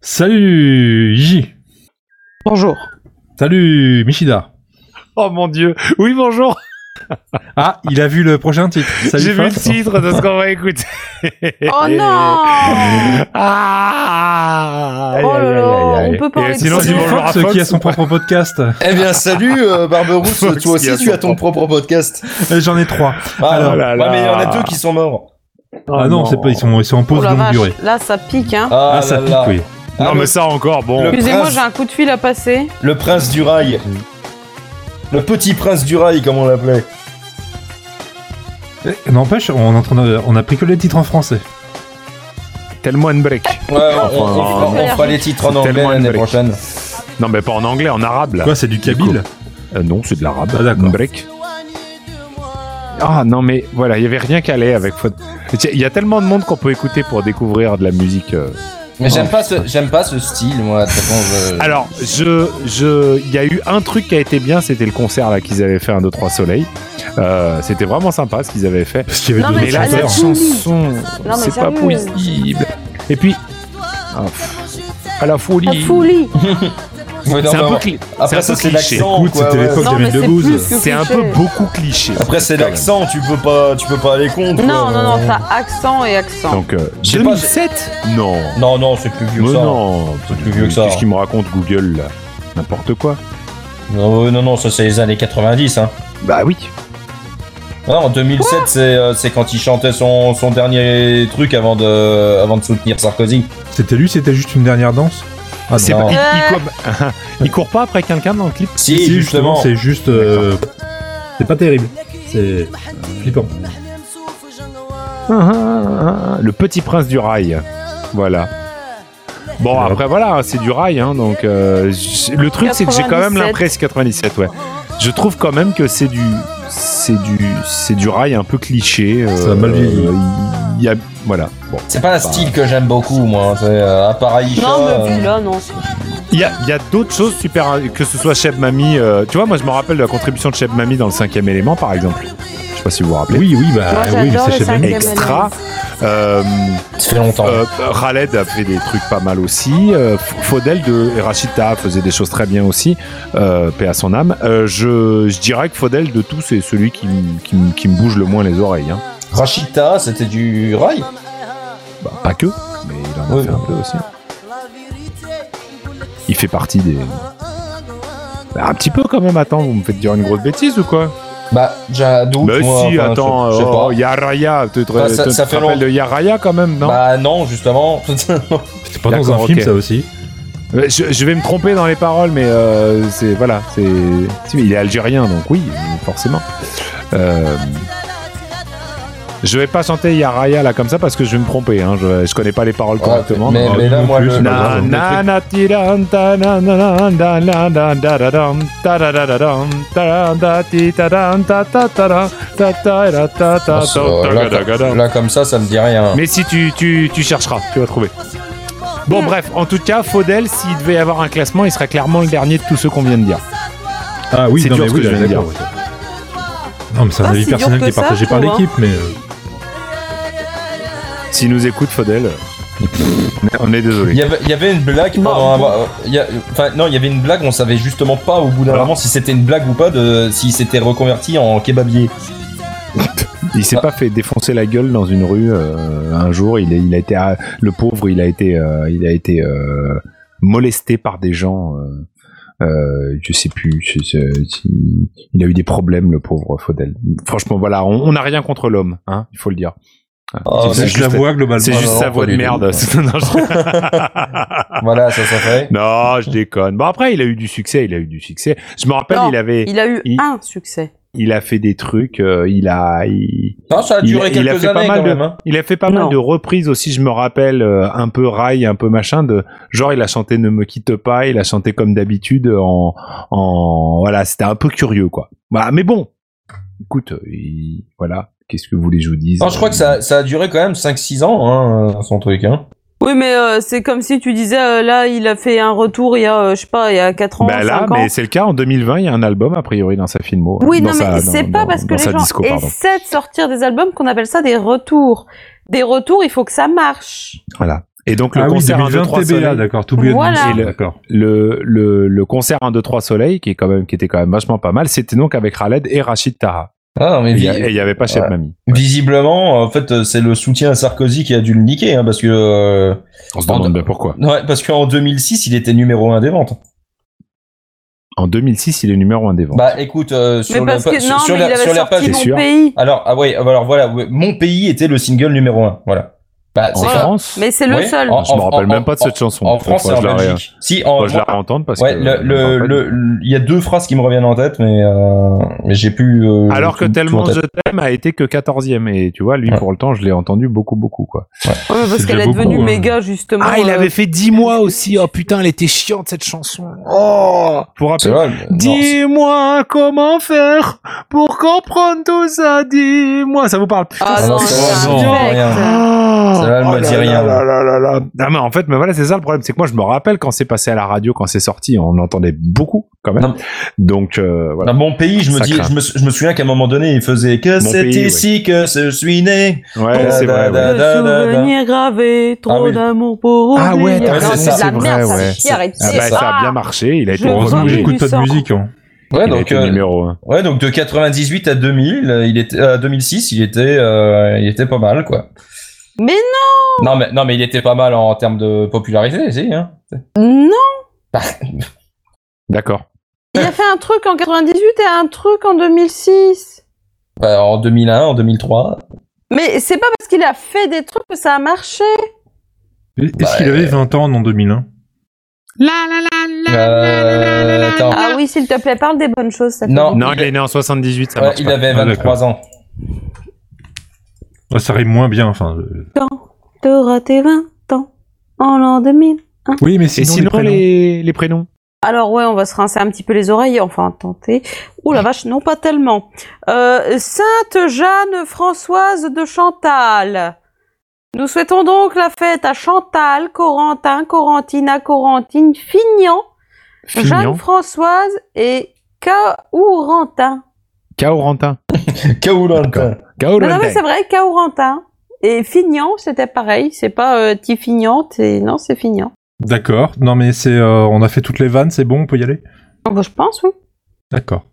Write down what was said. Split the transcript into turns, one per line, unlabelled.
Salut J.
Bonjour.
Salut Michida.
Oh mon dieu. Oui, bonjour.
Ah, il a vu le prochain titre. Salut
J'ai vu le
Fab.
titre de ce qu'on va écouter.
Oh non
Ah Aïe,
Oh
aïe,
là là,
aïe, aïe, aïe.
on peut parler
Et
de
sinon,
ça.
dis
Salut
bonjour à
Fox
Fox.
qui a son propre podcast.
Eh bien, salut euh, Barberousse,
Fox
toi
qui a
aussi tu
son
as ton propre podcast.
Euh, J'en ai trois.
Ah,
Alors,
ouais,
là, là.
mais il y en a deux qui sont morts.
Oh
ah non, c'est pas, ils sont, ils sont en
Oh
pause de
la
longue
vache.
durée.
Là, ça pique, hein.
Ah, ça pique, oui.
Ah,
Non,
le,
mais ça encore, bon.
Le-
Excusez-moi,
prince.
j'ai un coup de fil à passer.
le prince du rail. Le petit prince du rail, comme on l'appelait.
Eh, N'empêche, on, est en train de- on a pris que les titres en français.
Tellement une break.
Ouais, on, on-
Enfin,
on- on fera les titres en
c'est
anglais
tellement une
l'année
blague.
prochaine.
Non, mais pas en anglais, en arabe, là.
Quoi, c'est Bah, du kabyle
Euh, non, c'est de l'arabe.
Ah, d'accord.
Une break. Ah non, mais voilà, il y avait rien qu'à aller avec Faute. Tiens, Il y a tellement de monde qu'on peut écouter pour découvrir de la musique. euh.
Mais j'aime pas ce, j'aime pas ce style, moi. de toute façon, je-
Alors, je, je, il y a eu un truc qui a été bien, c'était le concert là qu'ils avaient fait un 2 3 Soleil. Euh, c'était vraiment sympa ce qu'ils avaient fait.
Parce qu'il y avait
Non,
deux
mais
Mais là,
ça,
chanteurs.
cette
la folie.
chanson,
Non, mais
c'est pas
sérieux.
possible. Et puis, ah, pff, à la
La
folie.
folie
Ouais, non,
C'est un
mais
peu, cli- c'est un
Après,
peu
ça, c'est
cliché.
l'accent.
Écoute,
quoi,
c'était
ouais.
l'époque
Non, mais
David
c'est plus
Debouze.
que
C'est un
cliché.
peu beaucoup cliché.
Après, c'est l'accent, tu peux pas, tu peux pas aller contre. euh.
Non, non, non,
ça.
ça accent et accent.
Donc, euh,
Je sais pas,
2007 Non.
Non, non, c'est plus vieux
Mais
que ça.
non.
C'est plus vieux que ça.
Qu'est-ce qu'il me raconte Google là N'importe quoi.
Non, ouais, non, non, ça c'est les années 90. Hein.
Bah oui.
Ouais, en 2007, c'est euh, c'est quand il chantait son, son dernier truc avant de, avant de soutenir Sarkozy.
C'était lui, c'était juste une dernière danse Ah
C'est
non.
pas- il,
Ouais.
il court- il court pas après quelqu'un dans le clip.
Si,
Si,
justement.
justement, c'est juste. euh, C'est pas terrible. C'est euh, flippant.
Ah, Le petit prince du rail. Voilà. Bon,
Voilà.
après, voilà, hein, c'est du rail. hein, donc, euh, j- le truc, c'est que j'ai quand même
97.
l'impression. 97, ouais. Je trouve quand même que c'est du. C'est du, c'est du rail un peu cliché. euh,
Ça a mal vieilli.
il y a- voilà. Bon.
C'est pas un style que j'aime beaucoup, moi. C'est euh, à part Aïcha,
Non, mais
euh,
vu là, non. c'est-
Il y a, il y a d'autres choses super. Que ce soit Cheb Mami. euh, tu vois, moi, je me rappelle de la contribution de Cheb Mami dans le cinquième élément, par exemple. Je sais pas si vous vous rappelez.
Oui, oui, bah
Moi,
oui,
j'adore
c'est
le
chez Manu.
cinquième.
Extra. Euh,
ça fait longtemps.
Euh, Khaled a fait des trucs pas mal aussi. Euh, F- Faudel de et Rachida faisait des choses très bien aussi. Euh, paix à son âme. Euh, je, je dirais que Faudel de tous, c'est celui qui, m- qui, m- qui me bouge le moins les oreilles. Hein.
Rachita, c'était du rail.
Bah, pas que, mais il en a
Oui.
fait un peu aussi. Il fait partie des. Bah, un petit peu quand même, attends, vous me faites dire une grosse bêtise ou quoi
Bah, j'adoute.
Bah
moi,
si,
enfin, je-
attends,
je sais
oh,
pas.
Yaraya, tu te,
Bah, ça-
te-
ça
te
fait
rappelles
long-
de Yaraya quand même, non
Bah non, justement.
C'est pas dans
D'accord,
un film,
ok.
ça aussi.
Ouais, Euh, Je, je vais me tromper dans les paroles, mais euh, c'est voilà, c'est si, mais il est algérien, donc oui, forcément. Euh, je vais pas chanter Yaraya là comme ça parce que je vais me tromper. Hein, je, je connais pas les paroles correctement.
Oh, mais,
donc,
mais là,
non
moi,
plus,
le, Bah,
c'est
euh,
mais-
na- na-
le- le truc-
na- ti- dan- ta- na- na- na- da- na- da- da- da- dam, ta- da- da- da- dam, ta- da- da- ti- ta- dan, ta- ta- ta- da, ta- ta- da- ta- ta-
Ah, ça,
ta-
là,
ta- ta- ta-
là, comme ça, ça me dit rien.
mais si tu, tu, tu chercheras, tu vas trouver. Bon, bref, en tout cas, Faudel, s'il devait y avoir un classement, il serait clairement le dernier de tous ceux qu'on vient de dire.
Ah oui,
C'est
non,
dur
mais
ce
oui,
que je viens de
d'accord, oui. Non, mais Ah, c'est un
Pas
avis
si dur
personnel
que
qui est
ça,
partagé
je
par
trouve,
l'équipe, mais. euh,
S'il nous écoute, Faudel, euh, on est
Il
désolé.
y, avait, il y avait une blague
Bon,
pendant un mois- il y a- Enfin, non, il y avait une blague, on savait justement pas au bout d'un
Voilà.
moment si c'était une blague ou pas, de, s'il s'était reconverti en kebabier.
Il s'est pas fait défoncer la gueule dans une rue euh, un jour. Il, est- il a été ah, le pauvre, il a été, euh, il a été euh, molesté par des gens. euh, euh, je sais plus. je sais- si- il a eu des problèmes, le pauvre Faudel. Franchement, voilà, on on n'a rien contre l'homme, hein, il faut le dire.
Ah,
C'est
mais-
Je la
juste-
vois globalement.
C'est
Ah,
juste
non,
sa
pas
voix de
du tout.
merde. Non, je-
Voilà, ça, ça fait.
Non, je déconne. Bon, après, il a eu du succès, il a eu du succès. Je me rappelle,
Non,
il avait, il...
Il a eu
Il-
un succès.
a fait des trucs, euh, il a, il,
Non, ça a
Il-
duré
il a
quelques
fait pas
années
mal
quand
de-
même. hein.
il a fait pas mal
Non.
de reprises aussi, je me rappelle, euh, un peu rail, un peu machin de, genre, il a chanté Ne me quitte pas, il a chanté comme d'habitude en, en, voilà, c'était un peu curieux, quoi. Voilà, mais bon. Écoute, euh, il- voilà. Qu'est-ce que vous voulez que je vous dise?
Non, je crois que ça, ça a duré quand même 5-6 ans, hein, son truc. Hein.
Oui, mais euh, c'est comme si tu disais, euh, là, il a fait un retour il y a, euh, je sais pas, il y a 4 ans,
Bah là,
5 ans.
mais c'est le cas. En 2020, il y a un album, a priori, dans sa filmo.
Oui,
dans
non,
sa-
mais
dans-
c'est pas
dans-
parce que
dans
les
sa
gens
disco, pardon.
essaient de sortir des albums qu'on appelle ça des retours. Des retours, il faut que ça marche.
Voilà. Et donc le
Ah oui,
concert 1, 2,
2020
3
TBA,
Soleil,
d'accord, tout oublié
Voilà.
de
Et le-
d'accord.
le, le, le concert 1, 2, 3 Soleil, qui, est quand même, qui était quand même vachement pas mal, c'était donc avec Khaled et Rachid Taha.
Ah, non, mais
Et il
vi-
y a- et il y avait pas Chef
Ouais.
Mami.
visiblement, en fait, euh, c'est le soutien à Sarkozy qui a dû le niquer, hein, parce que euh,
On se
En
demande
deux-
bien pourquoi.
ouais, parce qu'en 2006, il était numéro un des ventes.
En 2006, il est numéro 1 des ventes.
Bah, écoute, euh, sur,
Mais
le,
parce que
sur-
non,
sur
mais
la,
il avait
sur la
sorti
page.
C'est
mon
sûr.
pays.
Alors, ah ouais, alors voilà, ouais, mon pays était le single numéro un. Voilà. Bah,
en
c'est ça.
France
Mais c'est le
Ouais.
seul.
En-
Je me rappelle
en-
même pas de
en-
cette chanson.
En
Faut-
France
faut
et
que
en
je la ré-
Belgique. Si, en,
faut que je la réentende parce
ouais,
que.
le,
je
le,
me rappelle.
le- le- il y a deux phrases qui me reviennent en tête, mais, euh, mais j'ai plus. euh,
Alors que
tout- tout en
tellement
tête.
je t'aime a été que 14e et tu vois lui
Ouais.
pour le temps je l'ai entendu beaucoup beaucoup quoi.
Ouais, mais parce
C'est
qu'elle est
déjà
devenue
beaucoup, hein.
méga justement. euh,
fait 10 mois aussi. Oh putain, elle était chiante cette chanson. Oh Pour
C'est
rappeler
vrai, mais- non, c'est-
Dis-moi comment faire pour comprendre tout ça, dis-moi, ça vous parle plus.
Ah
Ah
non,
non,
c'est
ça,
un
non,
infect.
rien. Celle-là, elle me dit rien.
Oh. Non, mais en fait, mais voilà, c'est ça le problème. C'est que moi, je me rappelle quand c'est passé à la radio, quand c'est sorti, on l'entendait beaucoup quand même.
Non.
Donc, euh, voilà.
Dans mon pays, je me,
Ça
dis,
craint.
je, me, sou- je me souviens qu'à un moment donné, il faisait que
Mon
c'est
pays, oui.
ici que je suis né.
Ouais, c'est vrai. ouais.
Da, da, da,
Le
da.
souvenir gravé, trop
Ah oui.
d'amour pour
Ah ouais,
oublier.
t'as
Ouais,
Non,
c'est
c'est
ça,
de la
c'est
merde,
vrai, ouais.
ça chie, arrêtez.
Ah bah, ça a
Ah.
bien marché. Il a été
Je
Heureusement que
revenus
premier.
du
j'écoute pas de
sang.
musique. Hein.
Ouais,
Il a
donc,
été
euh,
numéro 1.
ouais, donc de 98 à 2000, euh, il était, à 2006, il était, euh, il était pas mal, quoi.
Mais
Non, mais, non, mais il était pas mal en termes de popularité, si, hein.
non,
D'accord.
il a fait un truc en 98 et un truc en 2006.
Bah, en 2001, en 2003.
Mais c'est pas parce qu'il a fait des trucs que ça a marché.
Est-ce
Bah,
qu'il avait 20 ans en 2001
Euh, attends.
Ah oui, s'il te plaît, parle des bonnes choses. Ça fait
Non.
du bien.
Non, il est né en 78, ça
Ouais,
marche
il
pas.
avait
Ah,
23 ans.
Ah, Ça rime moins bien, enfin. euh.
T'auras tes 20 ans en l'an 2000.
Oui, mais
Et
sinon,
sinon,
les prénoms.
les, les prénoms
Alors ouais, on va se rincer un petit peu les oreilles, enfin tenter. Ouh la vache, non pas tellement. Euh, Sainte Jeanne Françoise de Chantal. Nous souhaitons donc la fête à Chantal, Corentin, Corentina, Corentine, Fignan,
Fignan,
Jeanne Françoise et Caourentin.
Caorantin.
Kaoulantin.
Bah Non, non
Caorantin.
mais Ah c'est vrai, Caourentin. Et Fignan, c'était pareil, c'est pas euh, Tifignan, c'est- non c'est Fignan.
D'accord. Non, mais c'est, euh, on a fait toutes les vannes, c'est bon, on peut y aller
Ah, bah, je pense oui.
D'accord.